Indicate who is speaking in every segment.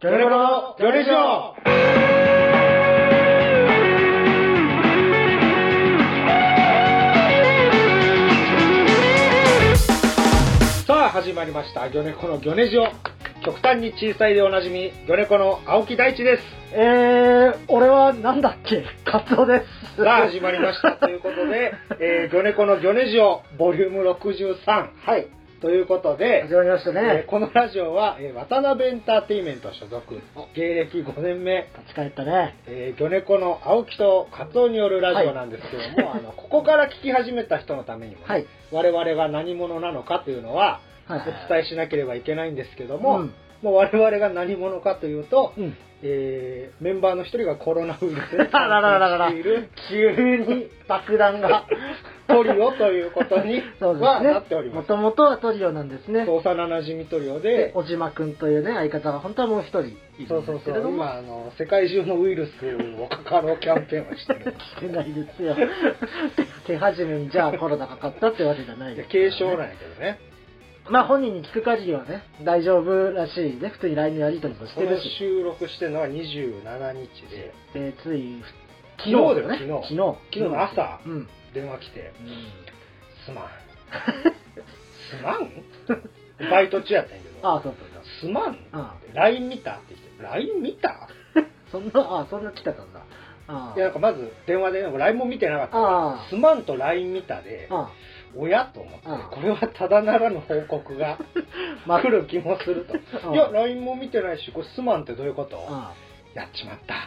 Speaker 1: ギョレボのギョレジオさあ始まりました「ギョネコのギョネジオ」極端に小さいでおなじみギョネコの青木大地です
Speaker 2: えー、俺はなんだっけ カツオです。
Speaker 1: さあ始まり ましたということで、えー、ギョネコのギョネジオボリューム63
Speaker 2: はい。
Speaker 1: ということで
Speaker 2: 始まりました
Speaker 1: えー
Speaker 2: ね。
Speaker 1: このラジオは、えー渡辺エンターテインメント所属芸歴5年目
Speaker 2: 立ち返ったね。
Speaker 1: えー、魚猫の青木とカツオによるラジオなんですけども、
Speaker 2: はい
Speaker 1: あのここから聞き始めた人のためにもね、
Speaker 2: はい
Speaker 1: 我々が何者なのかというのは
Speaker 2: はいはい
Speaker 1: お伝えしなければいけないんですけども、
Speaker 2: うん
Speaker 1: もう我々が何者かというと、
Speaker 2: うん。
Speaker 1: えーメンバーの一人がコロナウイルスに
Speaker 2: あららららら
Speaker 1: 感染している
Speaker 2: 急に爆弾が。
Speaker 1: トリオということに
Speaker 2: そう
Speaker 1: はなっ
Speaker 2: で
Speaker 1: てお
Speaker 2: すね。
Speaker 1: り
Speaker 2: も
Speaker 1: ます。
Speaker 2: ともとはトリオなんですね。
Speaker 1: 幼なじみトリオで
Speaker 2: で、小島くんというね、相方は本当はもう一人い
Speaker 1: そ
Speaker 2: る
Speaker 1: うんそ
Speaker 2: で
Speaker 1: う
Speaker 2: す
Speaker 1: そ
Speaker 2: けれ
Speaker 1: う、
Speaker 2: ども、
Speaker 1: 今あの、世界中のウイルスをかかろうキャンペーンをしてる。
Speaker 2: 来てないですよ。 手手始めにじゃあコロナかかったってわけじゃない
Speaker 1: いや
Speaker 2: ですからね
Speaker 1: 軽症なんやけどね。
Speaker 2: まあ本人に聞く限りはね、大丈夫らしいね。普通に LINE のやり取りもし
Speaker 1: こ
Speaker 2: て
Speaker 1: の
Speaker 2: るし。
Speaker 1: 収録してるのは27日で、
Speaker 2: えーつい、
Speaker 1: 昨日だよ
Speaker 2: ね。
Speaker 1: 昨日
Speaker 2: 昨日。
Speaker 1: 昨日の朝
Speaker 2: うん。
Speaker 1: 電話来て、
Speaker 2: うん
Speaker 1: すまん。すまんバイト中やったんやけど、
Speaker 2: ああ、そうそうそう。
Speaker 1: すまん
Speaker 2: あ
Speaker 1: ?LINE 見たって言って、LINE 見た
Speaker 2: そんな、あそんな来てたんだ。あ
Speaker 1: いや、なんかまず電話で、ね、LINE も見てなかったから
Speaker 2: あ。
Speaker 1: すまんと LINE 見たで、
Speaker 2: あ
Speaker 1: おやと思って
Speaker 2: あ、
Speaker 1: これはただならぬ報告が
Speaker 2: まあ
Speaker 1: 来る気もすると。
Speaker 2: あ
Speaker 1: いや、LINE も見てないし、これすまんってどういうこと
Speaker 2: あ
Speaker 1: やっちまった。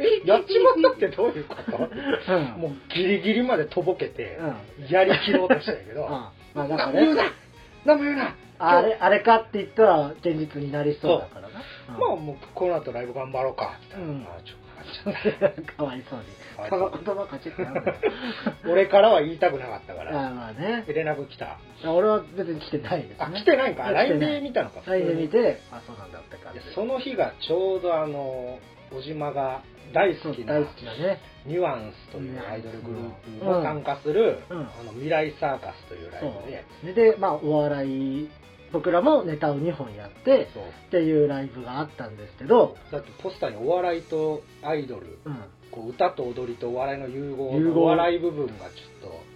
Speaker 1: えやっちまったってどういうこと
Speaker 2: うん。
Speaker 1: もうギリギリまでとぼけて
Speaker 2: う、ん。
Speaker 1: やりきろうとしたんやけど、
Speaker 2: あまあなんか
Speaker 1: 言うな
Speaker 2: ね、
Speaker 1: 名前言うな
Speaker 2: あれ、あれかって言ったら現実になりそうだからな。
Speaker 1: まあもうこの後ライブ頑張ろうかみたいな、
Speaker 2: うん
Speaker 1: あちょっと待っちゃっ
Speaker 2: うんかわいそうに。
Speaker 1: か
Speaker 2: そ
Speaker 1: わ
Speaker 2: の
Speaker 1: いそう
Speaker 2: 言葉かちょっとやめろ
Speaker 1: た 俺からは言いたくなかったか
Speaker 2: あ
Speaker 1: ら
Speaker 2: あまあね。
Speaker 1: 連絡来た
Speaker 2: 俺は別に来てないです
Speaker 1: あ来
Speaker 2: ね。
Speaker 1: てないんか
Speaker 2: 来てない
Speaker 1: LINE で見たのか
Speaker 2: LINE で見て、あ、そうなんだって感
Speaker 1: い
Speaker 2: じ
Speaker 1: や。その日がちょうどあの小島が大好
Speaker 2: そう
Speaker 1: きな
Speaker 2: 大好きなね。
Speaker 1: ニュアンスというアイドルグループも参加する、
Speaker 2: うんうん
Speaker 1: あの未来サーカスというライ
Speaker 2: そう
Speaker 1: ブで、。
Speaker 2: それで、まあお笑い、僕らもネタを2本やって、
Speaker 1: そう
Speaker 2: っていうライブがあったんですけど、
Speaker 1: だってポスターにお笑いとアイドル
Speaker 2: うん、
Speaker 1: こう歌と踊りとお笑いの融合
Speaker 2: 融
Speaker 1: の
Speaker 2: 合
Speaker 1: お笑い部分がちょっ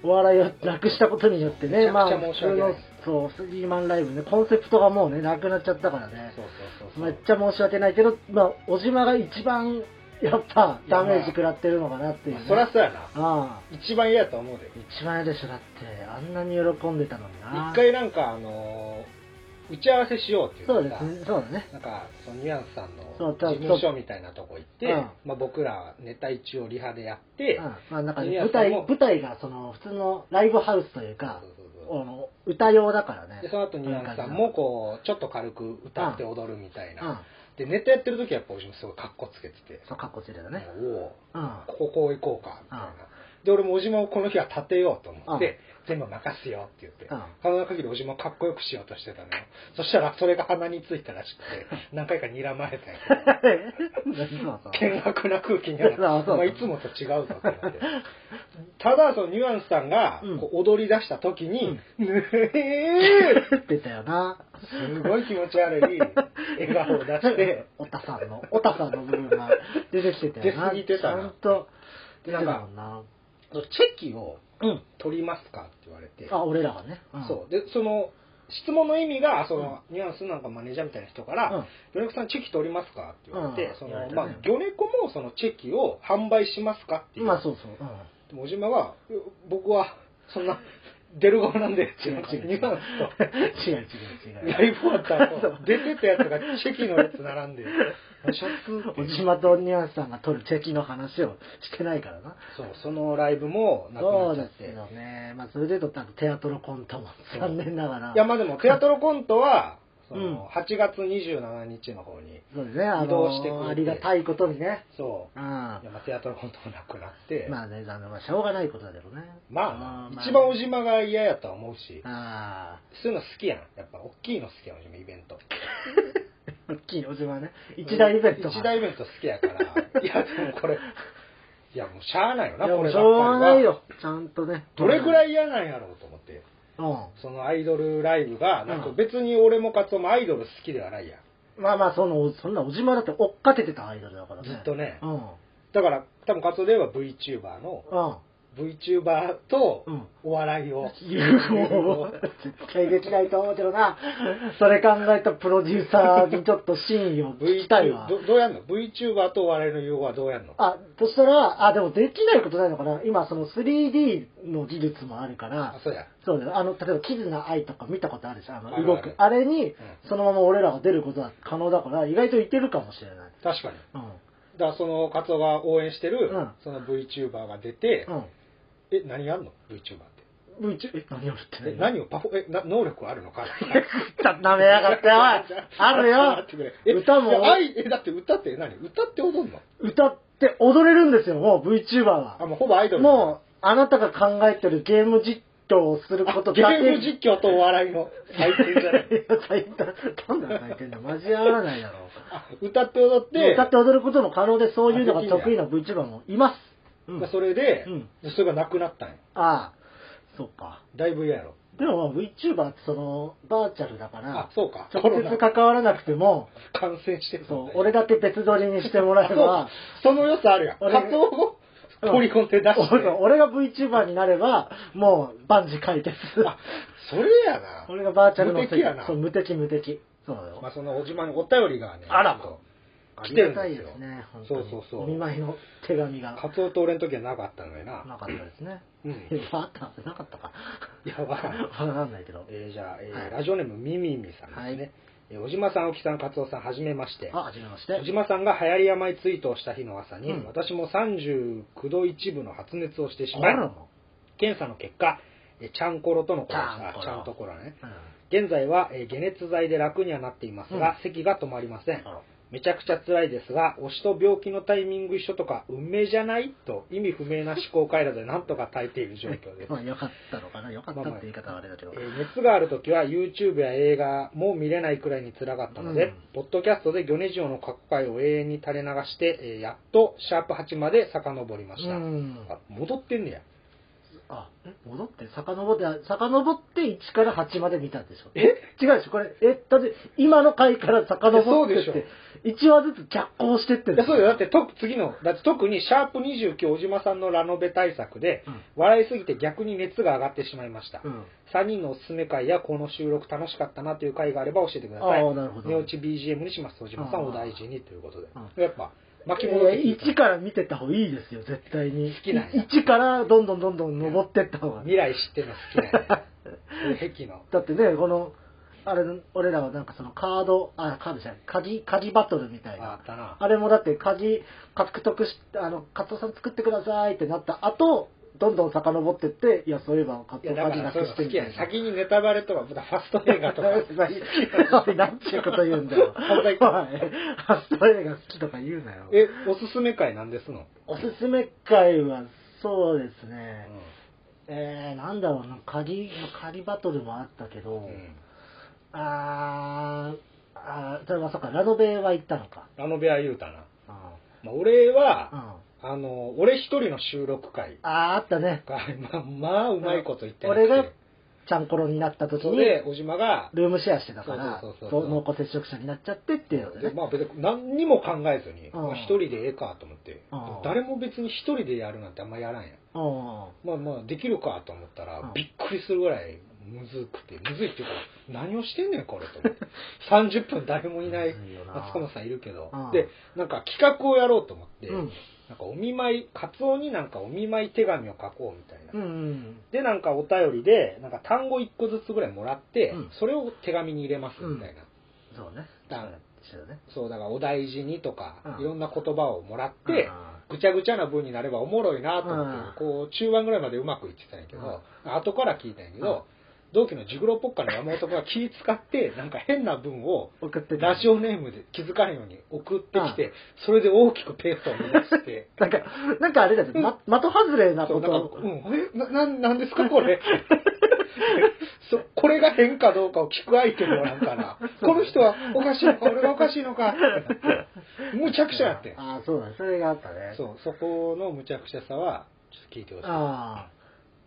Speaker 1: と
Speaker 2: お笑いをなくしたことによって
Speaker 1: めち
Speaker 2: ね、
Speaker 1: ゃ
Speaker 2: まあ、
Speaker 1: くちゃ申し訳ない
Speaker 2: そう、スリーマンライブね、コンセプトがもうね、なくなっちゃったからね、
Speaker 1: そうそうそうそう
Speaker 2: めっちゃ申し訳ないけど、まあ、小島が一番、やっぱ、ダメージ食らってるのかなっていう、
Speaker 1: ま
Speaker 2: ね
Speaker 1: あそりゃそうやな
Speaker 2: ああ、
Speaker 1: 一番嫌やと思うで
Speaker 2: 一番嫌でしょ、だって、あんなに喜んでたのにな。
Speaker 1: 一回なんかあのー打ち合わせしようっていう
Speaker 2: そう
Speaker 1: の
Speaker 2: で
Speaker 1: が
Speaker 2: すね、そうだね。
Speaker 1: なんかそのニュアンスさんの
Speaker 2: そう
Speaker 1: 事
Speaker 2: た
Speaker 1: 務所みたいなとこ行って、
Speaker 2: うん
Speaker 1: まあ、僕らネタ一応リハでやって、
Speaker 2: うん、まあ、なんかね、
Speaker 1: いや
Speaker 2: 舞台、
Speaker 1: その
Speaker 2: 舞台が、その、普通のライブハウスというか
Speaker 1: そう、そう
Speaker 2: あ
Speaker 1: そう
Speaker 2: の歌用だからね。
Speaker 1: でその後ニュアンスさんもこうちょっと軽く歌って踊るみたい
Speaker 2: うん、
Speaker 1: な、でネタやってる時はやっぱ俺もすごいカッコつけてて、
Speaker 2: そう、かっこつけてたね。
Speaker 1: おお
Speaker 2: うん。あ
Speaker 1: こここう行こうかみたいな、
Speaker 2: うん
Speaker 1: で俺も小島をこの日は立てようと思って、全部任すよって言って、
Speaker 2: うん
Speaker 1: 可能な限り小島をかっこよくしようとしてたのよそしたらそれが鼻についたらしく て何回か睨まれたんやけ
Speaker 2: そうそう
Speaker 1: ど険悪な空気にはな
Speaker 2: あ
Speaker 1: っ
Speaker 2: そう
Speaker 1: まあ、いつもと違うぞってなってただそのニュアンスさんが
Speaker 2: うん
Speaker 1: こう踊り出した時に「ねえ
Speaker 2: 食ってたよな。
Speaker 1: すごい気持ち悪い笑顔を出 して。
Speaker 2: おたさんの、おたさんの部分が出てきてたよな。
Speaker 1: 出過ぎてた
Speaker 2: ち
Speaker 1: な
Speaker 2: ゃんと。
Speaker 1: でなんか
Speaker 2: 出てたもな。
Speaker 1: チェキを
Speaker 2: うん。
Speaker 1: 取りますかって言われて
Speaker 2: あ、俺らがね。うん
Speaker 1: そうでその質問の意味がその、ニュアンスなんかマネージャーみたいな人から
Speaker 2: うん
Speaker 1: 「魚、ネ猫、さんチェキ取りますか?」って言われて、
Speaker 2: うん
Speaker 1: そ
Speaker 2: 言わ
Speaker 1: の
Speaker 2: れたね
Speaker 1: まあ魚猫もそのチェキを販売しますかっていう、
Speaker 2: まあそうそう。うん。
Speaker 1: でも小島はいや「僕はそんな出る側なんで」って
Speaker 2: 違
Speaker 1: いうう
Speaker 2: 違う違う。
Speaker 1: ニュアンスと。
Speaker 2: 違う違う違う。
Speaker 1: ライブ終わった後、出てたやつがチェキのやつ並んで、シャツって
Speaker 2: 小島とニュアンスさんが撮るチェキの話をしてないからな。
Speaker 1: そう、そのライブもなく
Speaker 2: そ
Speaker 1: なっ
Speaker 2: う
Speaker 1: ちゃっ
Speaker 2: です
Speaker 1: て。
Speaker 2: よね。まあそれで言うと、あとテアトロコントも
Speaker 1: そう
Speaker 2: 残念ながら。
Speaker 1: いや、まあでも、テアトロコントは、その
Speaker 2: うん
Speaker 1: 8月27日の方に、
Speaker 2: そうですね。あ
Speaker 1: 移動してくれ
Speaker 2: の、
Speaker 1: て
Speaker 2: ありがたいことにね。
Speaker 1: そう、
Speaker 2: うん。
Speaker 1: いやまあテアトルコントもなくなって、まあ、
Speaker 2: まあね、あのまあしょうがないことだけどね。
Speaker 1: まあ
Speaker 2: うん
Speaker 1: 一番小島が嫌やとは思うし、
Speaker 2: あ
Speaker 1: そういうの好きやん。やっぱ、大きいの好きやん、小島イベント。
Speaker 2: あ、大きいおじはね、一大イベントが。
Speaker 1: 一大イベント好き やから。いや、でもこれ、いや、もうしゃあないよな、
Speaker 2: いやも
Speaker 1: こ
Speaker 2: う
Speaker 1: れ
Speaker 2: しょう
Speaker 1: ば
Speaker 2: が
Speaker 1: っかりは
Speaker 2: ないよ。ちゃんとね。
Speaker 1: どれぐら
Speaker 2: い
Speaker 1: い嫌なんやろうと思って、
Speaker 2: うん。
Speaker 1: そのアイドルライブが、なんか
Speaker 2: うん
Speaker 1: 別に俺もカツオもアイドル好きではないやん。
Speaker 2: まあまあ、その、そんな、小島だって追っかけてたアイドルだからね。
Speaker 1: ずっとね
Speaker 2: う。ん。
Speaker 1: だから、多分活動で言えば VTuber の、VTuber と
Speaker 2: うん。うん。
Speaker 1: お笑 いを。
Speaker 2: UFO 絶対できないと思うけどな。それ考えたプロデューサーにちょっと真意を聞きたい
Speaker 1: VTuber
Speaker 2: わ。
Speaker 1: どどうやんの ?VTuber とお笑いの融合はどうやんの
Speaker 2: あ、そしたら、あ、でもできないことないのかな。今、その 3D の技術もあるから
Speaker 1: あ、、そうや。
Speaker 2: そうだよ。あの、例えば、キズナアイとか見たことあるじゃん。あ
Speaker 1: ある
Speaker 2: の、動
Speaker 1: あ
Speaker 2: く。
Speaker 1: る
Speaker 2: あれに、そのまま俺らが出ることは可能だから、意外といけるかもしれない。
Speaker 1: 確かに。
Speaker 2: うん。
Speaker 1: だからその活動が応援してる、
Speaker 2: うん
Speaker 1: その VTuber が出て、え、何やんの ?VTuber って。
Speaker 2: うん。VTuber、え、何を言って
Speaker 1: え、
Speaker 2: んの
Speaker 1: 何をパフォ、え、な能力あるのか
Speaker 2: 舐めやが って、おいある
Speaker 1: 待ってくれえ
Speaker 2: よ歌も
Speaker 1: い、やあいえ、だって歌って何歌って踊んの
Speaker 2: 歌って踊れるんですよ、もう VTuber
Speaker 1: あ、
Speaker 2: は。
Speaker 1: もうほぼアイドル。
Speaker 2: もう、あなたが考えてるゲーム実況をする
Speaker 1: あ
Speaker 2: こと
Speaker 1: ゲ
Speaker 2: だけ。
Speaker 1: ーム実況とお笑いの最近じゃな
Speaker 2: 。
Speaker 1: い
Speaker 2: いや、最低。なんだよ最低だよ。マジ合わないだろ
Speaker 1: あ歌って踊って、
Speaker 2: 歌って踊ることも可能で、そういうのが得意な VTuber もいます。うん
Speaker 1: まあそれで、
Speaker 2: うん
Speaker 1: それがなくなったんや。
Speaker 2: ああ、そうか。
Speaker 1: だいぶ嫌やろ。
Speaker 2: でもまあ VTuber ってその、バーチャルだから
Speaker 1: あ、、そうか。コ
Speaker 2: 直
Speaker 1: ロナ
Speaker 2: 接関わらなくても、
Speaker 1: 感染してるも
Speaker 2: そ
Speaker 1: んね
Speaker 2: う、俺だけ別撮りにしてもらえ
Speaker 1: あ
Speaker 2: ば、
Speaker 1: そうその良さあるやん。
Speaker 2: 俺
Speaker 1: 仮想をポリコンで出して。
Speaker 2: そう 俺が VTuber になれば、もう万事解決。
Speaker 1: あ、それやな。
Speaker 2: 俺がバーチャルの
Speaker 1: 無敵やな
Speaker 2: そう、無敵無敵。そうだよ。
Speaker 1: まあ、そのおじまにお便りがね、
Speaker 2: あら
Speaker 1: ちょっと
Speaker 2: あ
Speaker 1: 来
Speaker 2: り
Speaker 1: てる
Speaker 2: が
Speaker 1: ん
Speaker 2: たい
Speaker 1: です
Speaker 2: で
Speaker 1: よ
Speaker 2: す。ね、本当
Speaker 1: そう
Speaker 2: に。
Speaker 1: そうそう
Speaker 2: お見舞いの手紙が
Speaker 1: カツオと俺の時はなかったのよな。
Speaker 2: なかったですね。
Speaker 1: うん。
Speaker 2: えあったなかった か。
Speaker 1: やばい。
Speaker 2: わかんないけど。
Speaker 1: えーじゃあ、えー
Speaker 2: はい
Speaker 1: ラジオネームみみみさんですね。
Speaker 2: はい
Speaker 1: えー小島さん、沖さん、カツオさん、はじめまして。
Speaker 2: あ、はじめまして。
Speaker 1: 小島さんが流行り病ツイートをした日の朝に、
Speaker 2: うん
Speaker 1: 私も39度1分の発熱をしてし
Speaker 2: あ
Speaker 1: まい
Speaker 2: ら、も
Speaker 1: 検査の結果、えーちゃんころとのことでした。ち
Speaker 2: ちゃんころ
Speaker 1: ゃんところね。
Speaker 2: うん。
Speaker 1: 現在は、えー解熱剤で楽にはなっていますが、咳が止まりません。
Speaker 2: あら
Speaker 1: めちゃくちゃ辛いですが、推しと病気のタイミング一緒とか、運命じゃないと意味不明な思考回路でなんとか耐えている状況です。
Speaker 2: まあ、よかったのかな。よかったって言い方はあれだけ
Speaker 1: え
Speaker 2: ど。
Speaker 1: ー熱があるときは YouTube や映画も見れないくらいに辛かったので、
Speaker 2: うん
Speaker 1: ポッドキャストで魚ネジオの過去回を永遠に垂れ流して、えーやっとシャープ8まで遡りました。
Speaker 2: うん。
Speaker 1: あ戻ってんねや。
Speaker 2: あ、え、戻って、遡って、遡って1から8まで見たんでしょ。
Speaker 1: え
Speaker 2: 違うでしょ、これ、え、だって、今の回から遡ってっ
Speaker 1: いやそう
Speaker 2: て、1話ずつ逆行してってん
Speaker 1: いやそうだよ。だっ
Speaker 2: って。
Speaker 1: て、と次の、だって特にシャープ29小島さんのラノベ対策で、
Speaker 2: うん
Speaker 1: 笑いすぎて逆に熱が上がってしまいました。
Speaker 2: うん。
Speaker 1: 3人のおすすめ会やこの収録楽しかったなという会があれば教えてください。
Speaker 2: ああ、なるほど。
Speaker 1: 寝落ち BGM にします、小島さん、
Speaker 2: あー
Speaker 1: お大事にということで。
Speaker 2: う
Speaker 1: やっぱ、巻き戻って
Speaker 2: えー1から見てった方がいいですよ、絶対に。
Speaker 1: 好きなんや
Speaker 2: 1からどんどんどんどん登ってった方が。
Speaker 1: 未来知ってるの好きだよ ね。壁の。
Speaker 2: だってね、この、あれ、俺らはなんかそのカード、あ、カードじゃない、鍵、鍵バトルみたい
Speaker 1: あ
Speaker 2: な。
Speaker 1: ったな。
Speaker 2: あれもだって鍵獲得し、あの、カツオさん作ってくださいってなった後、どんどん遡ってって、いや、そういえばカ
Speaker 1: い
Speaker 2: ツ
Speaker 1: や、
Speaker 2: オ
Speaker 1: だか
Speaker 2: 鍵
Speaker 1: ら
Speaker 2: な
Speaker 1: そ
Speaker 2: く
Speaker 1: ういうの
Speaker 2: して
Speaker 1: 好
Speaker 2: み
Speaker 1: き
Speaker 2: た
Speaker 1: や
Speaker 2: い
Speaker 1: ね。
Speaker 2: な。
Speaker 1: 先にネタバレとか、またファスト映画と か。
Speaker 2: おい なんちゅうこと言うんだよ。
Speaker 1: 本当に
Speaker 2: おいハスト映画好きとか言うなよ。
Speaker 1: え、おすすめ会なんですの、
Speaker 2: おすすめ会は、そうです
Speaker 1: う
Speaker 2: ね。
Speaker 1: ん
Speaker 2: えー、なんだろうな、仮、仮バトルもあったけど、
Speaker 1: うん
Speaker 2: あー、あー、それはそっか、ラノベは行ったのか。
Speaker 1: ラノベは言うたな。
Speaker 2: うん。
Speaker 1: まあ、俺
Speaker 2: う
Speaker 1: は、
Speaker 2: ん、
Speaker 1: あの、俺一人の収録会
Speaker 2: あー、あったね。
Speaker 1: が、まあ、まあ、うまいこと言ってなくて
Speaker 2: 俺が、ちゃんころになった時
Speaker 1: そ
Speaker 2: に、
Speaker 1: れで、小島が、
Speaker 2: ルームシェアしてたから
Speaker 1: そうそう、そうそう
Speaker 2: そう濃厚接触者になっちゃってっていうので
Speaker 1: で
Speaker 2: ね。
Speaker 1: まあ別に何にも考えずに、
Speaker 2: うん
Speaker 1: まあ、一人でええかと思って、
Speaker 2: うん
Speaker 1: 誰も別に一人でやるなんてあんまやらんや
Speaker 2: う
Speaker 1: ん
Speaker 2: ん。
Speaker 1: まあまあできるかと思ったら、
Speaker 2: うん
Speaker 1: びっくりするぐらいむずくてむずいっていうか何をしてんねんこれと思って 30分誰もいない
Speaker 2: むずいよな
Speaker 1: 松本さんいるけど、
Speaker 2: うん
Speaker 1: でなんか企画をやろうと思って、
Speaker 2: うん。
Speaker 1: なんかお見舞いカツオになんかお見舞い手紙を書こうみたいな、
Speaker 2: うんうん。
Speaker 1: でなんかお便りでなんか単語1個ずつぐらいもらって、
Speaker 2: うん
Speaker 1: それを手紙に入れますみたいな、
Speaker 2: そうね。
Speaker 1: だ
Speaker 2: 一緒だね。
Speaker 1: そうだからお大事にとか、
Speaker 2: うん
Speaker 1: いろんな言葉をもらって、
Speaker 2: あ
Speaker 1: ぐちゃぐちゃな文になればおもろいなと思って、こう中盤ぐらいまでうまくいってたんやけど、後から聞いたんやけど、同期のジグロポッカの山本君が気使ってなんか変な文を
Speaker 2: ー送ってた
Speaker 1: ラジオネームで気づかないように送ってきて、それで大きくペースを乱して。
Speaker 2: なんか、なんかあれだよ、ま、的外れな
Speaker 1: そ
Speaker 2: こ
Speaker 1: うなん
Speaker 2: と
Speaker 1: か、
Speaker 2: を
Speaker 1: うん、え、な、なんなんですか、これ。そこれが変かどうかを聞く相手もおらんから、この人はおかしいのか、俺がおかしいの か、むちゃくちゃやってん。
Speaker 2: ああ、そうだね。それがあったね。
Speaker 1: そう、そこのむちゃくちゃさは、ちょっと聞いてほしい。
Speaker 2: あ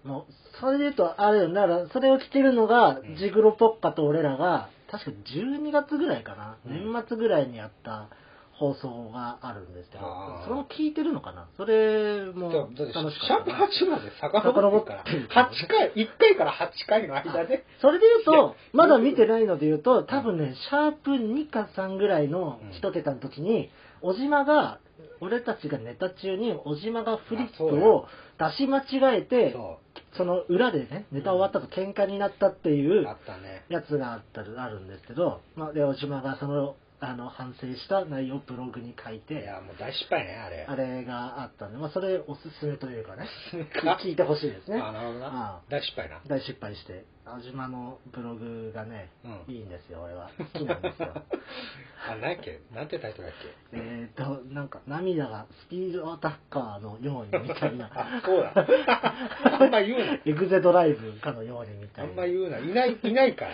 Speaker 2: あ。もう、それで言うと、あれよ、なら、それを着てるのが
Speaker 1: ん、
Speaker 2: ジグロポッカと俺らが、確か12月ぐらいかな、
Speaker 1: うん
Speaker 2: 年末ぐらいにやった放送があるんですけど
Speaker 1: あー、
Speaker 2: それも聞いてるのかなそれも
Speaker 1: だって
Speaker 2: 楽
Speaker 1: シ
Speaker 2: しか
Speaker 1: ャー
Speaker 2: っ
Speaker 1: プ
Speaker 2: たな。
Speaker 1: 8まで遡ってるから、8回、1回から8回の間で、
Speaker 2: それで言うと、まだ見てないので言うと、多分ね、シャープ2か3ぐらいの一桁の時に、小島が、俺たちがネタ中に小島がフリップを出し間違えて、
Speaker 1: そ、
Speaker 2: その裏でね、ネタ終わったと喧嘩になったっていうう
Speaker 1: あったね。
Speaker 2: やつがあったるあるんですけど、まあ、で、小島がその、あの、反省した内容をブログに書い
Speaker 1: い
Speaker 2: て、
Speaker 1: や、もう大失敗ね、あれ。
Speaker 2: あれがあったんで、まあ、それおすすめというかね、
Speaker 1: あ
Speaker 2: 聞いてほしいですね。
Speaker 1: あ、なるほどな
Speaker 2: あ。
Speaker 1: 大失敗な。
Speaker 2: 大失敗して、小島のブログがね、
Speaker 1: うん
Speaker 2: いいんですよ、俺は。好きなんですよ。
Speaker 1: あ、なんやっけなんてタイトルやっけ
Speaker 2: えっと、なんか、涙がスピードアタッカーのようにみたいな、
Speaker 1: あ、そうだ。あんま 言うな。
Speaker 2: エグゼドライブかのようにみた
Speaker 1: あ
Speaker 2: いな。
Speaker 1: んま言うな。いない、いないか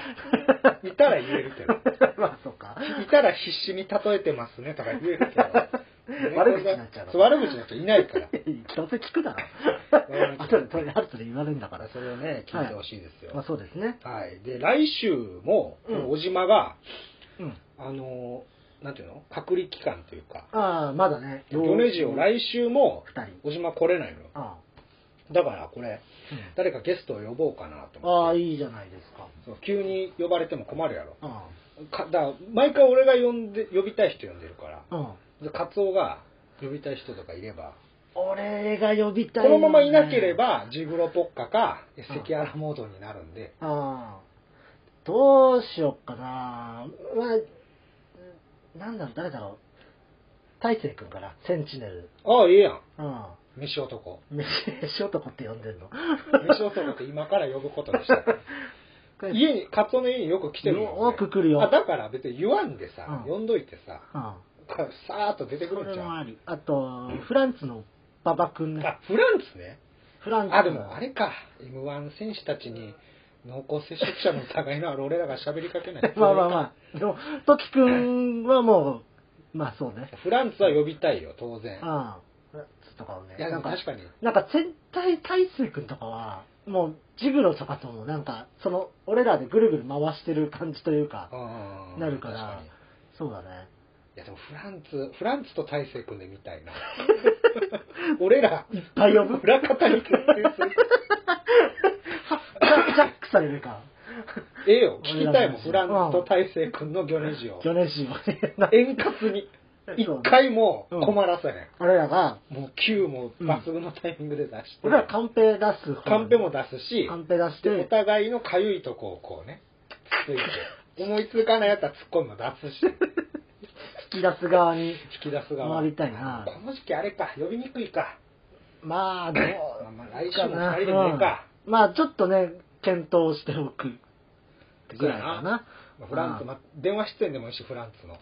Speaker 1: ら。いたら言えるけど。
Speaker 2: まあ、そう か。
Speaker 1: いたら必死に例えてますねとか言えるけど。ね
Speaker 2: 悪口になっちゃうの
Speaker 1: そう悪口の人い ないから。
Speaker 2: どうせ聞くだろ
Speaker 1: う。 ん
Speaker 2: あとで、とりあえず言われるんだから。
Speaker 1: それをね、聞いてほしいですよ。
Speaker 2: まあ、そうですね。
Speaker 1: はい。で、来週も、
Speaker 2: うん
Speaker 1: 小島が、
Speaker 2: うん。
Speaker 1: あのー、なんていうの隔離期間というか、
Speaker 2: ああ、まだね。
Speaker 1: 米次を来週も、
Speaker 2: 二人。
Speaker 1: 小島来れないのよ。
Speaker 2: あ
Speaker 1: だからこれ、
Speaker 2: あ
Speaker 1: 誰かゲストを呼ぼうかなと
Speaker 2: うん。あ
Speaker 1: 思っ
Speaker 2: あ、
Speaker 1: て。
Speaker 2: いいじゃないですか。
Speaker 1: そう急に呼ばれても困るやろ。
Speaker 2: あ
Speaker 1: かだから毎回俺が呼んで、呼びたい人呼んでるから。
Speaker 2: あ。うん。
Speaker 1: で、カツオが呼びたい人とかいれば、
Speaker 2: 俺が呼びたい
Speaker 1: こ
Speaker 2: はね、
Speaker 1: のままいなければ、ジグロポッカか、
Speaker 2: ん
Speaker 1: 関原モードになるんで、
Speaker 2: ああどうしよっかなまあなんだろう誰だろう大成君からセンチネル
Speaker 1: ああ、ええやん。
Speaker 2: うん
Speaker 1: 飯 男。
Speaker 2: 飯男って呼んでんの
Speaker 1: 飯男って今から呼ぶことにした。家に、カツオの家によく来てるもんね
Speaker 2: よく来るよ
Speaker 1: あ、だから別に言わんでさ、
Speaker 2: うん
Speaker 1: 呼んどいてさ、
Speaker 2: うん
Speaker 1: さーっと出てく
Speaker 2: そ
Speaker 1: るん
Speaker 2: れ
Speaker 1: じゃ
Speaker 2: もあ
Speaker 1: ん。
Speaker 2: りあとフランツの馬場君ね
Speaker 1: あ、フランツね。
Speaker 2: フランツ
Speaker 1: あ、でもあれか。M1 選手たちに濃厚接触者の疑いのある俺らが喋りかけない。
Speaker 2: まあまあまあでも時君はもうまあそうね
Speaker 1: フランツは呼びたいよ、当然
Speaker 2: う。んフランツとかをね
Speaker 1: いや、で
Speaker 2: なん
Speaker 1: も
Speaker 2: か
Speaker 1: 確かに。
Speaker 2: なんか全体、大勢君とかは、もう、ジグロとかとも、なんか、その、俺らでぐるぐる回してる感じというか、
Speaker 1: うん
Speaker 2: なるから
Speaker 1: 確にい
Speaker 2: そうだね。
Speaker 1: や、でもフランツ、フランツと大勢組んでみたいな。 俺ら、
Speaker 2: いっぱい呼ぶ。
Speaker 1: 裏方に決定す
Speaker 2: ジ
Speaker 1: る。
Speaker 2: ャジャックされるか。
Speaker 1: ええよ、聞きたいもん、フ
Speaker 2: 俺
Speaker 1: ラ
Speaker 2: らの話
Speaker 1: ンツと大勢君の魚ネジを。
Speaker 2: ギョネシーはね、な
Speaker 1: 円滑に、一
Speaker 2: そう
Speaker 1: 回も困らせない。
Speaker 2: 俺らが、
Speaker 1: もう9も抜群のタイミングで出して、
Speaker 2: 俺らカンペ出す方。
Speaker 1: カンペも出すし
Speaker 2: カ、ンペ出し
Speaker 1: でお
Speaker 2: て、
Speaker 1: 互いのかゆいとこをこうね、つついて、思いつかないやつは突っ込むの出すし、
Speaker 2: 引き出す側に。
Speaker 1: 引き出す側。
Speaker 2: 回りたいな
Speaker 1: この時期あれか、呼びにくいか。
Speaker 2: まあ、どう
Speaker 1: まあまあ来週も二人でもいいか。
Speaker 2: うんまあ、ちょっとね、検討しておくぐらい
Speaker 1: そ
Speaker 2: か
Speaker 1: う
Speaker 2: な。
Speaker 1: やまあフランツ、まあ電話出演でもいいし、フランツの。
Speaker 2: や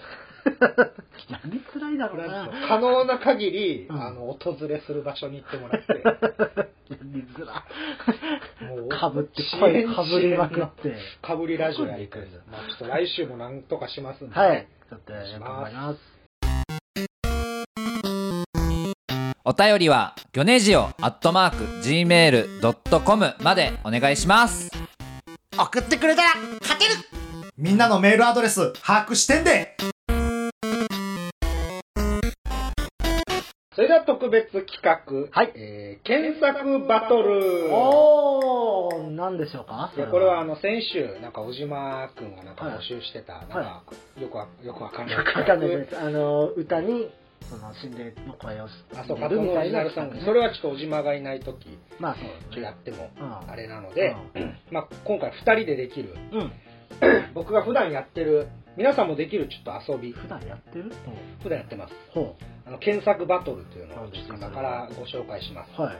Speaker 2: りづらいだろう
Speaker 1: フラン
Speaker 2: な
Speaker 1: ツ。の可能な限り、
Speaker 2: うん
Speaker 1: あの、訪れする場所に行ってもらっ て、
Speaker 2: やりづら。
Speaker 1: もう
Speaker 2: かぶって、
Speaker 1: 支
Speaker 2: 声
Speaker 1: 援
Speaker 2: かぶりまくって。
Speaker 1: かぶりラジオやりたい
Speaker 2: どこに行くん
Speaker 1: まあちょっと来週もなんとかしますんで。
Speaker 2: はい。ちょっとやってまいります。
Speaker 3: お便りは、ギョネジオアットマーク、gmail.com までお願いします。
Speaker 4: 送ってくれたら勝てる
Speaker 5: みんなのメールアドレス把握してんで
Speaker 1: それでは特別企画、
Speaker 2: はい
Speaker 1: えー検索バトル。
Speaker 2: おー、なんでしょうか
Speaker 1: いやこれはあ、の先週、なんか小島君がなんか募集してた、なんか
Speaker 2: は
Speaker 1: よくわよくわかんない
Speaker 2: わかんないです。あの、歌に、その、心霊の声をし
Speaker 1: あ、そう
Speaker 2: や
Speaker 1: か、そ
Speaker 2: るみ
Speaker 1: のオ
Speaker 2: た
Speaker 1: リ
Speaker 2: い
Speaker 1: ジナ
Speaker 2: な
Speaker 1: ルソ
Speaker 2: 企
Speaker 1: ング
Speaker 2: 画ね。
Speaker 1: それはちょっと小島がいないとき、
Speaker 2: まあ、そうです
Speaker 1: やっ
Speaker 2: ね。
Speaker 1: ても
Speaker 2: うん
Speaker 1: あれなので、まあ、今回2人でできる、
Speaker 2: うん。うん
Speaker 1: 僕が普段やってる、皆さんもできるちょっと遊び、
Speaker 2: 普段やってる
Speaker 1: 普段やってます。
Speaker 2: ほ
Speaker 1: あの検索バトルというのを
Speaker 2: 何
Speaker 1: ち
Speaker 2: で
Speaker 1: ょっ
Speaker 2: す
Speaker 1: と
Speaker 2: か
Speaker 1: 今からご紹介します。
Speaker 2: う。はい。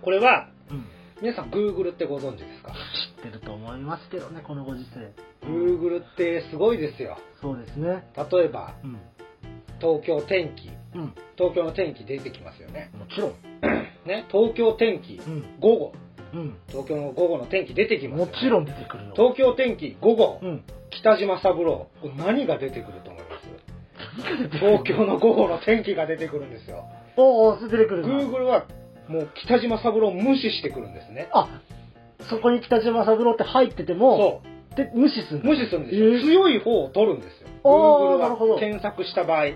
Speaker 1: これは、
Speaker 2: うん。
Speaker 1: 皆さん Google ってご存知ですか
Speaker 2: 知ってると思いますけどね、このご時世。うん
Speaker 1: ?Google ってすごいですよ。
Speaker 2: そうですね。
Speaker 1: 例えば、
Speaker 2: うん。
Speaker 1: 東京天気。
Speaker 2: うん。
Speaker 1: 東京の天気出てきますよね。
Speaker 2: もちろん。
Speaker 1: ね、東京天気、
Speaker 2: うん。
Speaker 1: 午後。
Speaker 2: う
Speaker 1: 東京の午後の天気出てき
Speaker 2: ん。
Speaker 1: ます
Speaker 2: も
Speaker 1: よね、
Speaker 2: ちろん出てくるよ。
Speaker 1: 東京天気午後、
Speaker 2: うん。
Speaker 1: 北島三郎。これ何が出てくると思います東京の午後の天気が出てくるんですよ。
Speaker 2: おーおー、出てくるな。
Speaker 1: Google はもう北島三郎を無視してくるんですね。
Speaker 2: あそこに北島三郎って入ってても、
Speaker 1: そう。
Speaker 2: で、無視する
Speaker 1: 無視するんです
Speaker 2: え
Speaker 1: よ。
Speaker 2: ー
Speaker 1: 強い方を取るんですよ。
Speaker 2: あー
Speaker 1: Google
Speaker 2: なるほど
Speaker 1: は検索した場合。
Speaker 2: うんう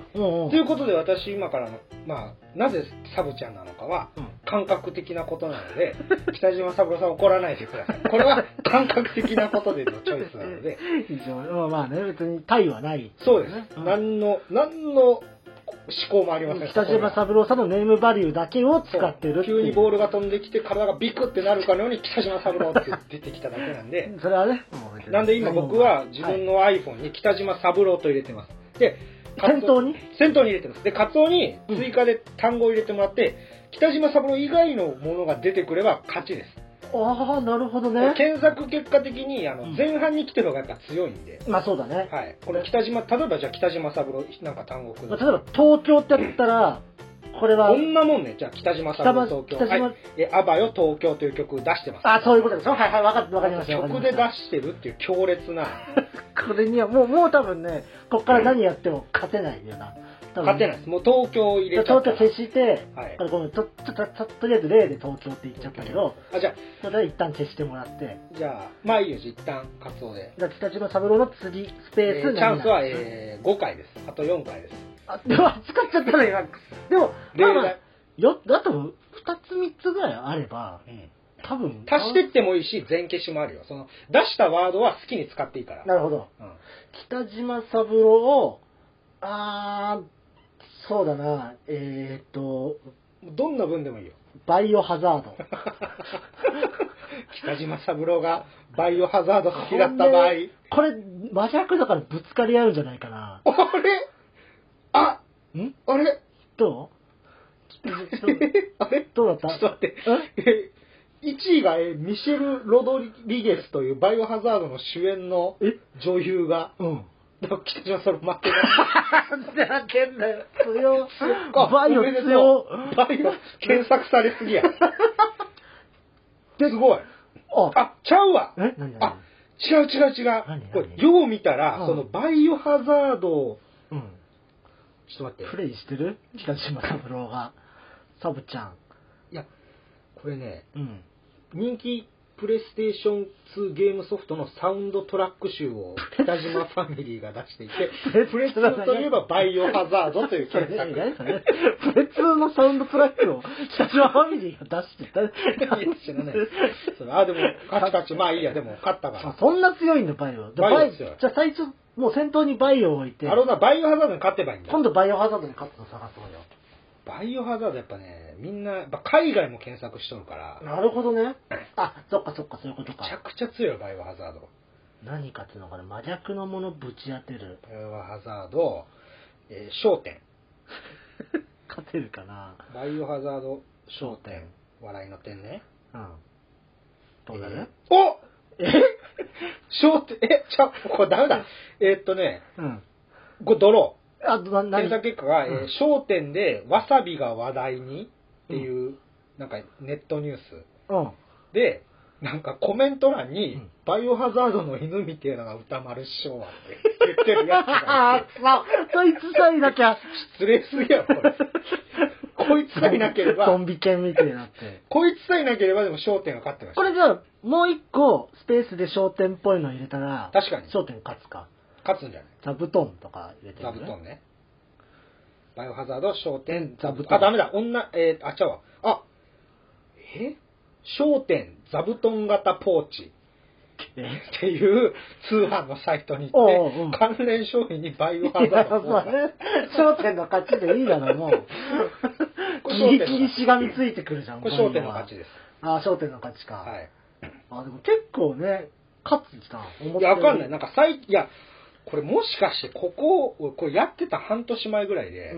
Speaker 2: ん
Speaker 1: ということで私今からの、まあ、なぜサブちゃんなのかは
Speaker 2: うん
Speaker 1: 感覚的なことなので、 北島三郎さん怒らないでください。こ れは感覚的なことでのチョイスなので、
Speaker 2: 非常にまあまあね、別に対はない。
Speaker 1: そうです。
Speaker 2: うん
Speaker 1: 何の、何の思考もありません。
Speaker 2: 北島三郎さんのネームバリューだけを使ってるって
Speaker 1: 急
Speaker 2: い
Speaker 1: に
Speaker 2: う。
Speaker 1: ボールが飛んできて体がビクってなるかのように北島三郎って出てきただけなんで、
Speaker 2: それはね、
Speaker 1: なんで今僕は自分
Speaker 2: の
Speaker 1: の iPhone に北島三郎と入れてます。で、
Speaker 2: 先頭に
Speaker 1: 先頭に入れてます。で、カツオに追加で単語を入れてもらって、北島三郎以外のものが出てくれば勝ちです。
Speaker 2: ああ、なるほどね。
Speaker 1: 検索結果的にあの前半に来てる方がやっぱ強いんで、
Speaker 2: まあそうだね。
Speaker 1: はい。これ北島、例えばじゃあ北島三郎なんか単語くん
Speaker 2: まあ、例えば東京ってやったら、これは
Speaker 1: こ、んなもんね、じゃあ北島三
Speaker 2: 北
Speaker 1: 郎
Speaker 2: ま
Speaker 1: 東京。
Speaker 2: 北島
Speaker 1: はい。え、アバよ東京という曲出してます。
Speaker 2: あ、そういうことでしょはいはい、わかった、わかりました。わかり
Speaker 1: 曲
Speaker 2: ま
Speaker 1: で
Speaker 2: し
Speaker 1: 出
Speaker 2: た
Speaker 1: してるっていう強烈な、
Speaker 2: これには、もう、もう多分ね、こっから何やっても勝てないよな。多分
Speaker 1: 勝てないです。もう東京を入れち
Speaker 2: 東
Speaker 1: ゃった
Speaker 2: 京
Speaker 1: ら。
Speaker 2: 消して、
Speaker 1: はい
Speaker 2: これごめん、と、と、と、ととりあえず例で東京って言っちゃったけど、
Speaker 1: あ、じゃあ、
Speaker 2: それで一旦消してもらって、
Speaker 1: じゃあ、まあいいよ、一旦カツオで。
Speaker 2: じゃあ北島三郎の次、スペー
Speaker 1: え
Speaker 2: ス、
Speaker 1: ーチャンスは、えー、5回です。あと4回です。
Speaker 2: あ、でも、使っちゃったら今。でも、
Speaker 1: 例
Speaker 2: まあ
Speaker 1: 題
Speaker 2: まあ、よ、あと、二つ三つぐらいあれば、
Speaker 1: うん
Speaker 2: 多分。
Speaker 1: 足してってもいいし、全消しもあるよ。その、出したワードは好きに使っていいから。
Speaker 2: なるほど。
Speaker 1: うん
Speaker 2: 北島三郎を、あー、そうだな、えー、っと、
Speaker 1: どんな文でもいいよ。
Speaker 2: バイオハザード。
Speaker 1: 北島三郎がバイオハザード好きだった場合。あれ
Speaker 2: これ、真逆だからぶつかり合うんじゃないかな。
Speaker 1: あ
Speaker 2: ん
Speaker 1: あれ
Speaker 2: どう
Speaker 1: あれ
Speaker 2: どうだっ
Speaker 1: ち
Speaker 2: た
Speaker 1: ょっと待って。え1位がえミシェル・ロドリゲスというバイオハザードの主演の
Speaker 2: え
Speaker 1: 女優が、
Speaker 2: うん。
Speaker 1: だから北島三郎待ってます。
Speaker 2: なんで開けんだよ。強。
Speaker 1: あ
Speaker 2: バイオ
Speaker 1: おめでとう
Speaker 2: 強。
Speaker 1: バイオ、検索されすぎや。すごい。
Speaker 2: あ、
Speaker 1: あ、ちゃうわ。
Speaker 2: え何
Speaker 1: あ
Speaker 2: 何、
Speaker 1: 違う違う違
Speaker 2: 何
Speaker 1: う。これ、
Speaker 2: 何
Speaker 1: よう見た
Speaker 2: う
Speaker 1: ら、
Speaker 2: ん
Speaker 1: そのバイオハザードを、
Speaker 2: うん。
Speaker 1: ちょっと待っ
Speaker 2: プ
Speaker 1: て。
Speaker 2: レイしてる北島三郎が。サブちゃん。
Speaker 1: いや、これね、
Speaker 2: うん。
Speaker 1: 人気プレイステーション2ゲームソフトのサウンドトラック集を北島ファミリーが出していて、プレステといえばバイオハザードという
Speaker 2: それ
Speaker 1: 検
Speaker 2: 何
Speaker 1: 索。
Speaker 2: 何それ普通のサウンドトラックを北島ファミリーが出してた。
Speaker 1: いや知らないそれあ、でも、カチカチ、まあいいや、でも、勝った
Speaker 2: あ
Speaker 1: か
Speaker 2: そんな強いんだ、バイオ。で
Speaker 1: バイオ
Speaker 2: バイオじ
Speaker 1: 強
Speaker 2: ゃ
Speaker 1: い
Speaker 2: あ最初、もう先頭にバイオを置いて
Speaker 1: ら。な、るほどな、バイオハザードに勝てばいいんだ。
Speaker 2: 今度バイオハザードに勝つの探そうよ。
Speaker 1: バイオハザードやっぱね、みんな、やっぱ海外も検索しとるから、め
Speaker 2: なるほどね。あ、そっかそっか、そういうこと
Speaker 1: ちゃ
Speaker 2: か。
Speaker 1: くちゃ強いよ、バイオハザード。
Speaker 2: 何かっていうのかな、真逆のものぶち当てる。
Speaker 1: バイオハザード、えー焦点。
Speaker 2: 勝てるかな。
Speaker 1: バイオハザード、
Speaker 2: 焦点。
Speaker 1: 笑いの点ね。
Speaker 2: うん。どうなる
Speaker 1: えーおえ焦点、え、ちゃ、これダメだ。えーっとね、
Speaker 2: うん。
Speaker 1: これドロ
Speaker 2: あと、な、
Speaker 1: ー。
Speaker 2: 何
Speaker 1: 検索結果が、え
Speaker 2: うん
Speaker 1: ー焦点で、わさびが話題にっていう、なんかネットニュース。
Speaker 2: うん。
Speaker 1: で、なんかコメント欄に、
Speaker 2: うん
Speaker 1: バイオハザードの犬みてえなのが歌丸師匠はって言ってるやつがい
Speaker 2: あ
Speaker 1: て、
Speaker 2: あ、そいつさえいなきゃ。
Speaker 1: 失礼すぎやろ、これ。こいつさえいなけ れ
Speaker 2: ゾ
Speaker 1: ば
Speaker 2: ン、ビ犬みたいになって。
Speaker 1: こいつさえいなければでも焦点が勝ってまし
Speaker 2: これじゃあ、もう一個、スペースで焦点っぽいの入れたら、
Speaker 1: 確かに
Speaker 2: 焦点勝つか。
Speaker 1: た。勝つんじゃない
Speaker 2: 座布団とか入れて
Speaker 1: 座
Speaker 2: み
Speaker 1: 布
Speaker 2: る
Speaker 1: 団ね。バイオハザード、焦点、
Speaker 2: 座
Speaker 1: 座
Speaker 2: 布
Speaker 1: 布
Speaker 2: 団
Speaker 1: 団。あ、ダメだ。女、えー、あ、ちゃうわ。あ、え焦点、座布団型ポーチ
Speaker 2: え
Speaker 1: っていう通販のサイトに行
Speaker 2: おうおううん
Speaker 1: って、関連商品にバイオハ
Speaker 2: い
Speaker 1: ザ
Speaker 2: や、
Speaker 1: ー
Speaker 2: そ
Speaker 1: ド
Speaker 2: うね。焦点の勝ちでいいだろ、もう。
Speaker 1: これ
Speaker 2: ギ
Speaker 1: 焦点
Speaker 2: リギリしがみついてくるじゃん、
Speaker 1: これ焦点の勝ちです。
Speaker 2: ああ、焦点の勝ちか。
Speaker 1: はい。
Speaker 2: あでも結構ね、勝つじゃん。思っ
Speaker 1: い
Speaker 2: たよ
Speaker 1: や、わ
Speaker 2: り
Speaker 1: かんない。なんか最、いや、これもしかして、ここを、これやってた半年前ぐらいで、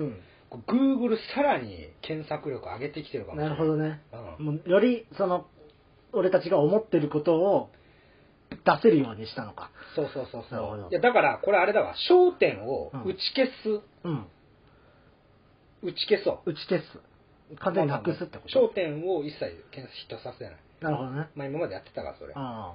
Speaker 1: こう Google さらに検索力上げてきてるか
Speaker 2: う
Speaker 1: も
Speaker 2: ん。
Speaker 1: し
Speaker 2: なる
Speaker 1: れない。
Speaker 2: ほどね。
Speaker 1: うん。
Speaker 2: もうより、その、俺たちが思ってることを出せるようにしたのか。
Speaker 1: そうそうそう
Speaker 2: なるほど
Speaker 1: そう。いや、だから、これあれだわ、焦点を打ち消す、
Speaker 2: うん。
Speaker 1: 打ち消そう。
Speaker 2: 打ち消す。完全になくすってこ
Speaker 1: 焦
Speaker 2: と。
Speaker 1: 点を一切検索ヒットさせない。
Speaker 2: なるほどね。
Speaker 1: まあ今までやってたから、それ。
Speaker 2: ああ。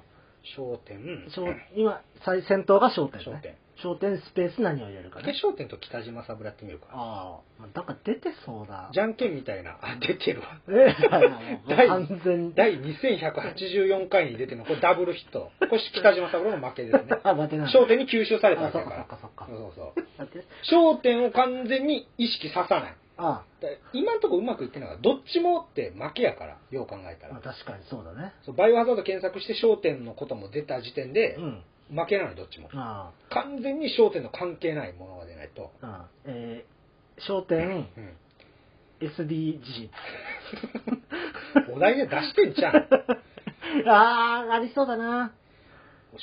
Speaker 1: 焦点、
Speaker 2: 焦今、最先頭が焦点
Speaker 1: 焦
Speaker 2: ね。
Speaker 1: 点。
Speaker 2: 焦点スペース何を入れるかね。
Speaker 1: 決勝点と北島三郎やってみるか。
Speaker 2: ああ、なんか出てそうだ。
Speaker 1: じゃんけんみたいな、あ、出てるわ。
Speaker 2: ええ、
Speaker 1: 第
Speaker 2: 完全に。
Speaker 1: 第2184回に出てるの、これダブルヒット。これ北島三郎の負けですね。
Speaker 2: あ、待てない。
Speaker 1: 焦点に吸収された
Speaker 2: あ、
Speaker 1: わけ
Speaker 2: そ
Speaker 1: だ
Speaker 2: っか
Speaker 1: か。
Speaker 2: らそっかそ
Speaker 1: そう
Speaker 2: っか。
Speaker 1: そうそう。
Speaker 2: 待って
Speaker 1: 焦点を完全に意識ささない。
Speaker 2: あ
Speaker 1: だから今のところうまくいってないから、どっちもって負けやから、よう考えた
Speaker 2: あ、まあ
Speaker 1: ら。
Speaker 2: 確かにそうだね。
Speaker 1: そうバイオハザード検索して焦点のことも出た時点で
Speaker 2: う、ん。
Speaker 1: 負けなのよどっちも。
Speaker 2: あ
Speaker 1: 完全に焦点の関係ないものが出ないと。
Speaker 2: あ、ああえー、焦点、
Speaker 1: うん
Speaker 2: SDG。
Speaker 1: お題で出してんじゃん。
Speaker 2: ああ、ありそうだな。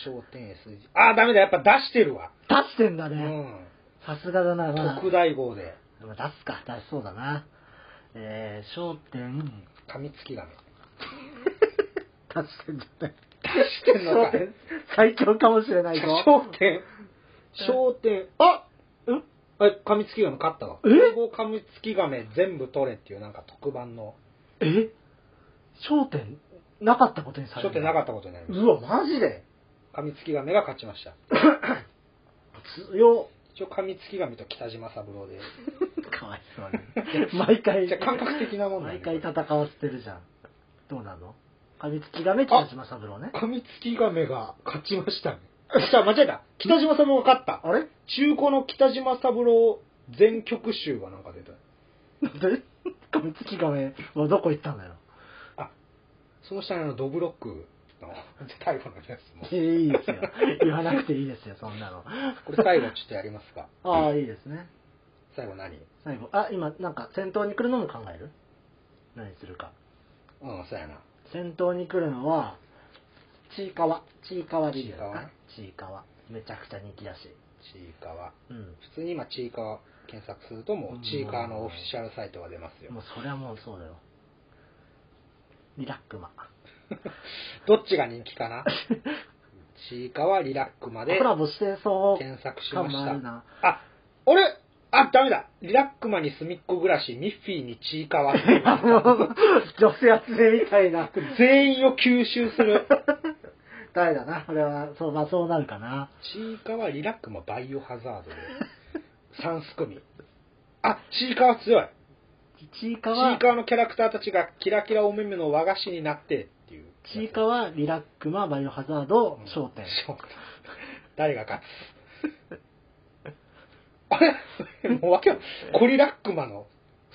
Speaker 1: 焦点 S 字。あー、ダメだ、やっぱ出してるわ。
Speaker 2: 出してんだ
Speaker 1: う
Speaker 2: ね。
Speaker 1: ん。
Speaker 2: さすがだな、まあ。
Speaker 1: 特大号で、
Speaker 2: まあ出すか、出しそうだな。えー、焦点、
Speaker 1: 噛みつき亀。
Speaker 2: 出してんじゃない。
Speaker 1: 出してんの
Speaker 2: 焦
Speaker 1: か
Speaker 2: 点
Speaker 1: い。、
Speaker 2: 最強かもしれないぞ。
Speaker 1: 焦点、焦点、あ
Speaker 2: うん
Speaker 1: え、噛みつき亀勝ったわ。
Speaker 2: え
Speaker 1: 英語噛みつき亀全部取れっていうなんか特番の、
Speaker 2: え焦点なかったことにされる
Speaker 1: 焦点なかったことになりまし
Speaker 2: うわマジで
Speaker 1: た。噛みつき亀が勝ちました。
Speaker 2: 強
Speaker 1: 一応噛みつき亀と北島三 郎で。
Speaker 2: っかわいそうに毎回
Speaker 1: じゃあ感覚的なもんだ
Speaker 2: 毎
Speaker 1: ね
Speaker 2: 回戦わせてるじゃんどうなの噛みつきがめ北島三郎ね
Speaker 1: 噛みつき亀が勝ちましたね。じゃ あ間違えた。北島三郎が勝った。
Speaker 2: あれ
Speaker 1: 中古の北島三郎全曲集がなんか出た。
Speaker 2: なんで噛みつきがめはどこ行ったんだよ
Speaker 1: その下にあのドブロックの 最後のやつも。
Speaker 2: いやいいですよ言わなくていいですよそんなの
Speaker 1: これ最後ちょっとやりますか。
Speaker 2: ああいいですね
Speaker 1: 最後何うん、
Speaker 2: 最後あ今なんか先頭に来るのも考える何するか
Speaker 1: そうやな。
Speaker 2: 先頭に来るのはちいかわちいかわでいいです
Speaker 1: ちいかわ
Speaker 2: かちいかわめ
Speaker 1: ね
Speaker 2: ちゃくちゃ人気だし
Speaker 1: ちいかわ。
Speaker 2: うん
Speaker 1: 普通に今ちいかわ検索するともうちいかわのオフィシャルサイトが出ますよ。
Speaker 2: もうそれはもうそうだよリラックマ
Speaker 1: どっちが人気 かなちいかわリラックマで
Speaker 2: コラボしてそう
Speaker 1: 検索しま
Speaker 2: 感
Speaker 1: し
Speaker 2: もある
Speaker 1: た。
Speaker 2: な
Speaker 1: あ、俺あ、ダメだリラックマにすみっこ暮らし、ミッフィーにちいかわ。
Speaker 2: あの女性集めみたいな
Speaker 1: 全員を吸収する。
Speaker 2: 誰だなこれはそうまあそうなるかな
Speaker 1: ちいかわリラックマバイオハザードで3すくみあちいかわ強い
Speaker 2: ちいか
Speaker 1: ち
Speaker 2: わ
Speaker 1: いかわのキャラクターたちがキラキラお目目の和菓子になってっていう
Speaker 2: ちいかわリラックマバイオハザード
Speaker 1: うん
Speaker 2: 商店
Speaker 1: 商店誰が勝つあれ もうわけわコリラックマの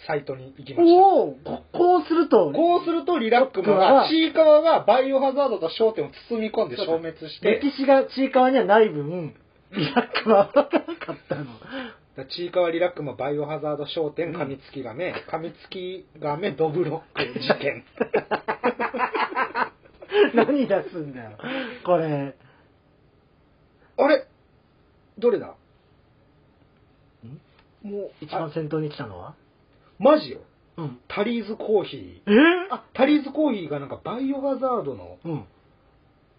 Speaker 1: サイトに行きました
Speaker 2: おおここうすると
Speaker 1: こうするとリラックマがちいかわがバイオハザードと焦点を包み込んで消滅して
Speaker 2: 歴史がちいかわにはない分リラックマはなかった の
Speaker 1: だからちいかわリラックマバイオハザード商店カミツキガメカミツキガメドブロック事件
Speaker 2: 何出すんだよこれ
Speaker 1: あれどれだもう
Speaker 2: 一番
Speaker 1: あ
Speaker 2: 先頭に来たのは
Speaker 1: マジよ
Speaker 2: うん
Speaker 1: タリーズコーヒ
Speaker 2: え
Speaker 1: ーあタリーズコーヒーがなんかバイオハザードの
Speaker 2: うん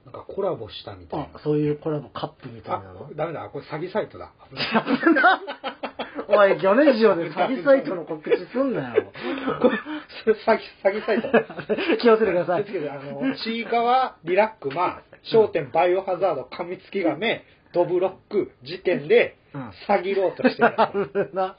Speaker 1: なんかコラボしたみたい
Speaker 2: あ
Speaker 1: な、
Speaker 2: そういうコラボカップみたいな
Speaker 1: あ
Speaker 2: の
Speaker 1: ダメだこれ詐欺サイト だ危ない
Speaker 2: おい、ギョネジオで詐欺サイトの告知すんなよ。
Speaker 1: これそれ詐欺詐欺サイトだ
Speaker 2: 気をつけてください
Speaker 1: です。けど、あの、ちいかわ、リラックマ、商店バイオハザード、カミツキガメ、ドブロック、時点 で
Speaker 2: うん、
Speaker 1: 詐欺ろうとしてる。
Speaker 2: 危な。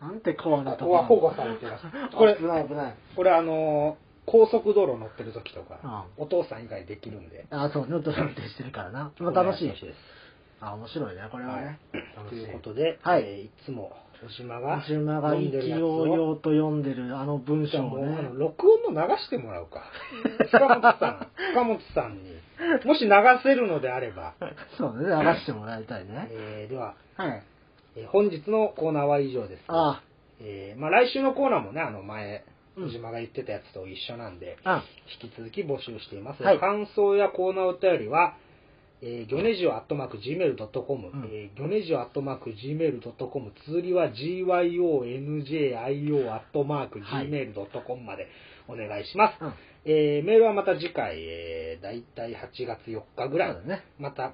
Speaker 2: なんてコアな
Speaker 1: ことこ
Speaker 2: こな
Speaker 1: は
Speaker 2: の。
Speaker 1: 保護されてます。これ
Speaker 2: 危、ない危ない。
Speaker 1: これあの、高速道路乗ってる時とか、お父さん以外できるんで。
Speaker 2: あ、そう、ヌートラ運転してるからな。まあ楽しい
Speaker 1: お願。します
Speaker 2: あ、面白いね、これはね。楽
Speaker 1: と
Speaker 2: しい。
Speaker 1: いうことで、
Speaker 2: はい
Speaker 1: えーいつも、小島が、
Speaker 2: 島が意
Speaker 1: んでる
Speaker 2: 気
Speaker 1: やつ
Speaker 2: 揚々と読んでるあの文
Speaker 1: じゃあ
Speaker 2: 章
Speaker 1: も
Speaker 2: を
Speaker 1: う、あ
Speaker 2: ね
Speaker 1: の、。録音の流してもらおうか。塚本 さん、塚本さんに、もし流せるのであれば、
Speaker 2: そうね、流してもらいたいね。
Speaker 1: えーでは、
Speaker 2: はい。
Speaker 1: えー本日のコーナーは以上です。
Speaker 2: あ
Speaker 1: えーまあ、来週のコーナーもね、あの前、
Speaker 2: うん
Speaker 1: 小島が言ってたやつと一緒なんで、
Speaker 2: あ、
Speaker 1: 引き続き募集しています。
Speaker 2: はい
Speaker 1: 感想やコーナーお便りは、えー、ギョネジオアットマーク Gmail.com、
Speaker 2: うん
Speaker 1: えー、ギョネジオアットマーク Gmail.com、通りは gyonjio アットマーク Gmail.com までお願いします。
Speaker 2: うん
Speaker 1: えーメールはまた次回、えー、だいたい8月4日ぐ
Speaker 2: そう
Speaker 1: らい、
Speaker 2: だね。
Speaker 1: また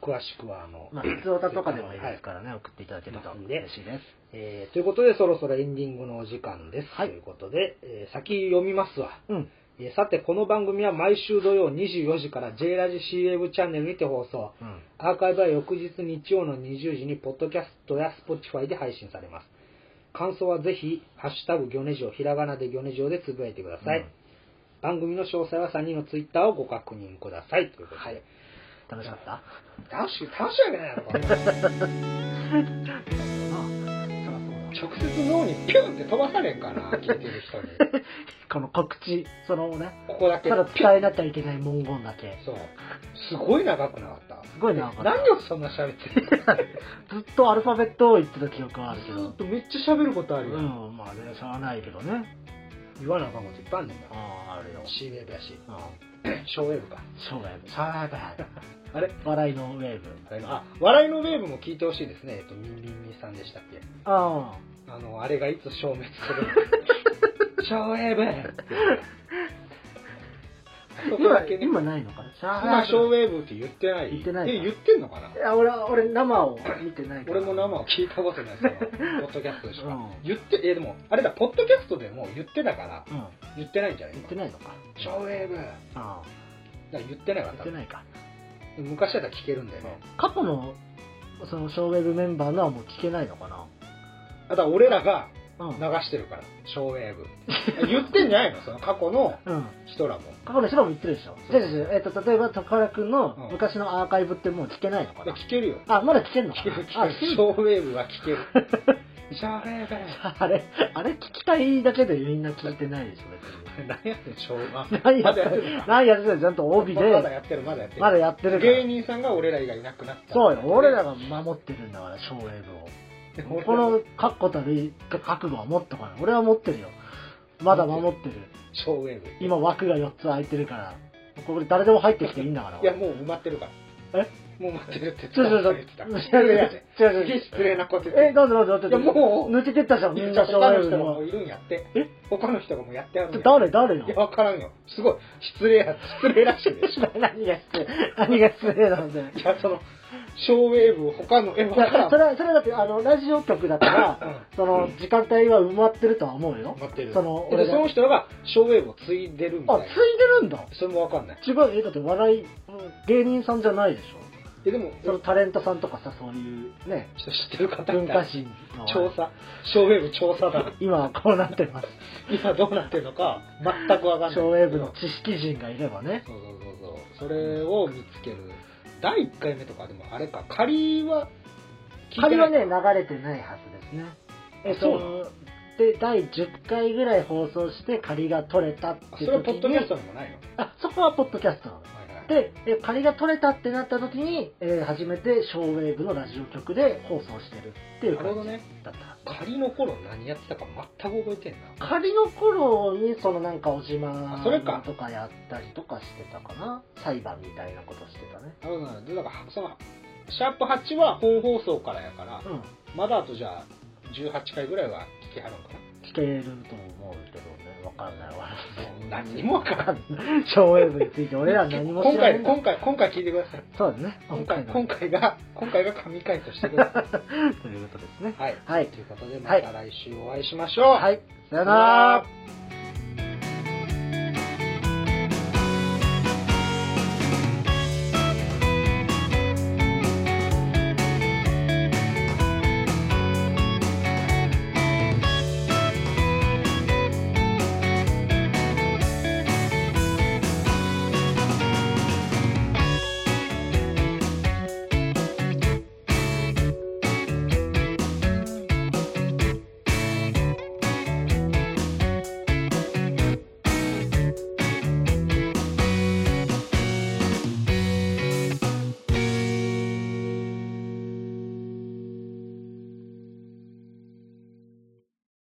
Speaker 1: 詳しくはあの、
Speaker 2: まあ、普通歌とかでもいいですからね、送っていただけると
Speaker 1: なんで
Speaker 2: 嬉しいです。
Speaker 1: えーということで、そろそろエンディングのお時間です。
Speaker 2: はい
Speaker 1: ということで、えー先読みますわ。
Speaker 2: うん。
Speaker 1: えーさて、この番組は毎週土曜24時から J ラジ CM チャンネルにて放送。アーカイブは翌日日曜の20時に、ポッドキャストや Spotify で配信されます。感想はぜひ、ハッシュタグギョネジオ、ひらがなでギョネジオでつぶやいてください。
Speaker 2: うん
Speaker 1: 番組の詳細は3人の Twitter をご確認ください。ということで。はい、
Speaker 2: 楽しかった
Speaker 1: 楽しい、楽しいわけないやろ、これ直接脳にピュンって飛ばされんかな、聞いてる人に。
Speaker 2: この告知、そのね、
Speaker 1: ここだけ
Speaker 2: ただ伝えなきゃいけない文言だけ。
Speaker 1: そう。すごい長くなかった。
Speaker 2: すごい長かった
Speaker 1: 何をそんな喋ってるの
Speaker 2: ずっとアルファベットを言ってた記憶はあるけ
Speaker 1: ず
Speaker 2: ど
Speaker 1: っ。とめっちゃ喋ることあ
Speaker 2: う
Speaker 1: るよ。
Speaker 2: ん、まあね、しゃあないけどね。
Speaker 1: 言わなあかんこといっぱいあるんだよ。
Speaker 2: ああ、あるよ。
Speaker 1: C ウェーブやし、
Speaker 2: うん。
Speaker 1: ショーウェーブか。
Speaker 2: ショーウェーブ。
Speaker 1: ーウェーブ。あれ
Speaker 2: 笑いのウェーブ。
Speaker 1: あれあ、笑いのウェーブも聞いてほしいですね。えっと、ミンミンミンさんでしたっけ
Speaker 2: あ
Speaker 1: あの、あれがいつ消滅する のショーウェーブ
Speaker 2: あ。
Speaker 1: あそこ
Speaker 2: 今
Speaker 1: だけ、ね。
Speaker 2: 今ないのかなシャ
Speaker 1: 今、ショーウ
Speaker 2: ー
Speaker 1: ェーブって言ってない
Speaker 2: 言ってないか
Speaker 1: え、言ってんのかない
Speaker 2: や、俺は、俺、生を見てないから。
Speaker 1: 俺も生を聞いたことないですよ、ポッドキャストでしょ。
Speaker 2: うん
Speaker 1: 言って、え、でも、あれだ、ポッドキャストでもう言ってたから、
Speaker 2: うん。
Speaker 1: 言ってないんじゃない
Speaker 2: 言ってないのか。
Speaker 1: ショーウェーブだか
Speaker 2: あ
Speaker 1: ら言ってないわ
Speaker 2: あ、、言ってないか。
Speaker 1: 多分昔だったら聞けるんだよね。
Speaker 2: 過去の、その、ショーウェーブメンバーのはもう聞けないのかな
Speaker 1: あだから俺らが
Speaker 2: うん。
Speaker 1: 流してるから、ショーウェーブ。 言ってんじゃないのその過去の
Speaker 2: うん。
Speaker 1: 人らも。
Speaker 2: 過去の人らも言ってるでしょ。
Speaker 1: そう
Speaker 2: 違う違う違うえっ、と、例えば、宝くんの
Speaker 1: うん
Speaker 2: 昔のアーカイブってもう聞けないのか
Speaker 1: で
Speaker 2: な、
Speaker 1: 聞けるよ。
Speaker 2: あ、まだ聞けんのか
Speaker 1: 聞け
Speaker 2: な
Speaker 1: る、聞
Speaker 2: あ、聞
Speaker 1: ける。
Speaker 2: け
Speaker 1: シ
Speaker 2: んの
Speaker 1: ョーウェーブは 聞ける。ショーウェーブ
Speaker 2: あれ、あれ聞きたいだけでみんな聞いてないでしょ、
Speaker 1: 何やってんのショーあ
Speaker 2: 別に。
Speaker 1: ま
Speaker 2: 何やっ
Speaker 1: だやってて
Speaker 2: る
Speaker 1: るな
Speaker 2: 何やってるちゃんと帯で、
Speaker 1: まだやってる、まだやってる。
Speaker 2: まだやってるから
Speaker 1: 芸人さんが俺らがいなくなった。
Speaker 2: そうよ、俺らが守ってるんだから、ショーウェーブを。
Speaker 1: で俺ら
Speaker 2: この確固たる覚悟は持っとかない。俺は持ってるよ。まだ守ってる。
Speaker 1: ショーウェーブ。
Speaker 2: 今枠が4つ空いてるから。これ誰でも入ってきていいんだから。
Speaker 1: いや、もう埋まってるから。
Speaker 2: え
Speaker 1: もう埋まってるって
Speaker 2: ちょちょちょ
Speaker 1: 言ってた。
Speaker 2: ちょちょ
Speaker 1: いやいや
Speaker 2: ちょちょ
Speaker 1: すげえ失礼なこと言って
Speaker 2: え、どうぞどうぞどうぞ。
Speaker 1: いやもう
Speaker 2: 抜けてったじゃん、みんなショーウ
Speaker 1: 他
Speaker 2: ェー
Speaker 1: の
Speaker 2: ブ
Speaker 1: 人が
Speaker 2: の
Speaker 1: もう。いるんやって。
Speaker 2: え
Speaker 1: 他の人がもうやってあるんや
Speaker 2: 誰誰よ
Speaker 1: いや、わからんよ。すごい。失礼や、失礼らしいでしょ。
Speaker 2: 何が失礼何が失礼なんだよ。
Speaker 1: いや、その、ショーウェーブ、他の、え、
Speaker 2: い
Speaker 1: わか
Speaker 2: や
Speaker 1: らん。
Speaker 2: それは、それはだって、あの、ラジオ局だ から、その、時間帯は埋まってるとは思うよ。
Speaker 1: 待ってる。
Speaker 2: その、
Speaker 1: で
Speaker 2: 俺
Speaker 1: そ
Speaker 2: が。あ
Speaker 1: の、人がショーウェーブを継いでるみたい
Speaker 2: つ
Speaker 1: な。
Speaker 2: いてるんだ。
Speaker 1: それもわかんない。
Speaker 2: 違う、え、だって笑い、芸人さんじゃないでしょ。
Speaker 1: え、でも、ち
Speaker 2: そ
Speaker 1: ょ
Speaker 2: の
Speaker 1: っ
Speaker 2: タレントさんとかさ、そういう、ね、
Speaker 1: と知ってる方
Speaker 2: 文
Speaker 1: みた
Speaker 2: 化
Speaker 1: いな。
Speaker 2: 人の。
Speaker 1: 調査。ショーウェーブ調査団。
Speaker 2: 今はこうなってます。
Speaker 1: 今どうなってるのか、全くわかんない。
Speaker 2: ショーウェーブの知識人がいればね。
Speaker 1: そうそうそうそう。それを見つける。第1回目とか、でもあれか、仮は、
Speaker 2: 仮はね、流れてないはずですね。
Speaker 1: えそうな
Speaker 2: うで、第10回ぐらい放送して仮が取れたって
Speaker 1: あ
Speaker 2: 時に。
Speaker 1: それはポッドキャストにもないの
Speaker 2: あ、そこはポッドキャストなの。
Speaker 1: はいはい
Speaker 2: で、えー仮が取れたってなった時に、えー初めてショーウェーブのラジオ局で放送してるっていう
Speaker 1: なる
Speaker 2: 感
Speaker 1: ほど
Speaker 2: じだっ
Speaker 1: ね
Speaker 2: た。
Speaker 1: 仮の頃何やってたか全く覚えてんな
Speaker 2: 仮の頃にそのなんか小島
Speaker 1: あそれか
Speaker 2: とかやったりとかしてたかな裁判みたいなことしてたね
Speaker 1: なるほどなるほどでだからそのシャープ8は本放送からやから
Speaker 2: うん
Speaker 1: まだあとじゃあ18回ぐらいは聞きはるんか
Speaker 2: 聞けると思うけどねわかんないわ
Speaker 1: な何もわからん
Speaker 2: わかんないショーウェーブについて俺ら何も知
Speaker 1: 今
Speaker 2: らない
Speaker 1: 回今回今回聞いてください
Speaker 2: そうだね
Speaker 1: 今回
Speaker 2: の
Speaker 1: 今回が今回が神回としてくださ
Speaker 2: ということですね
Speaker 1: いはい
Speaker 2: はい
Speaker 1: ということでま
Speaker 2: はい
Speaker 1: た来週お会いしましょう、
Speaker 2: はいさよなら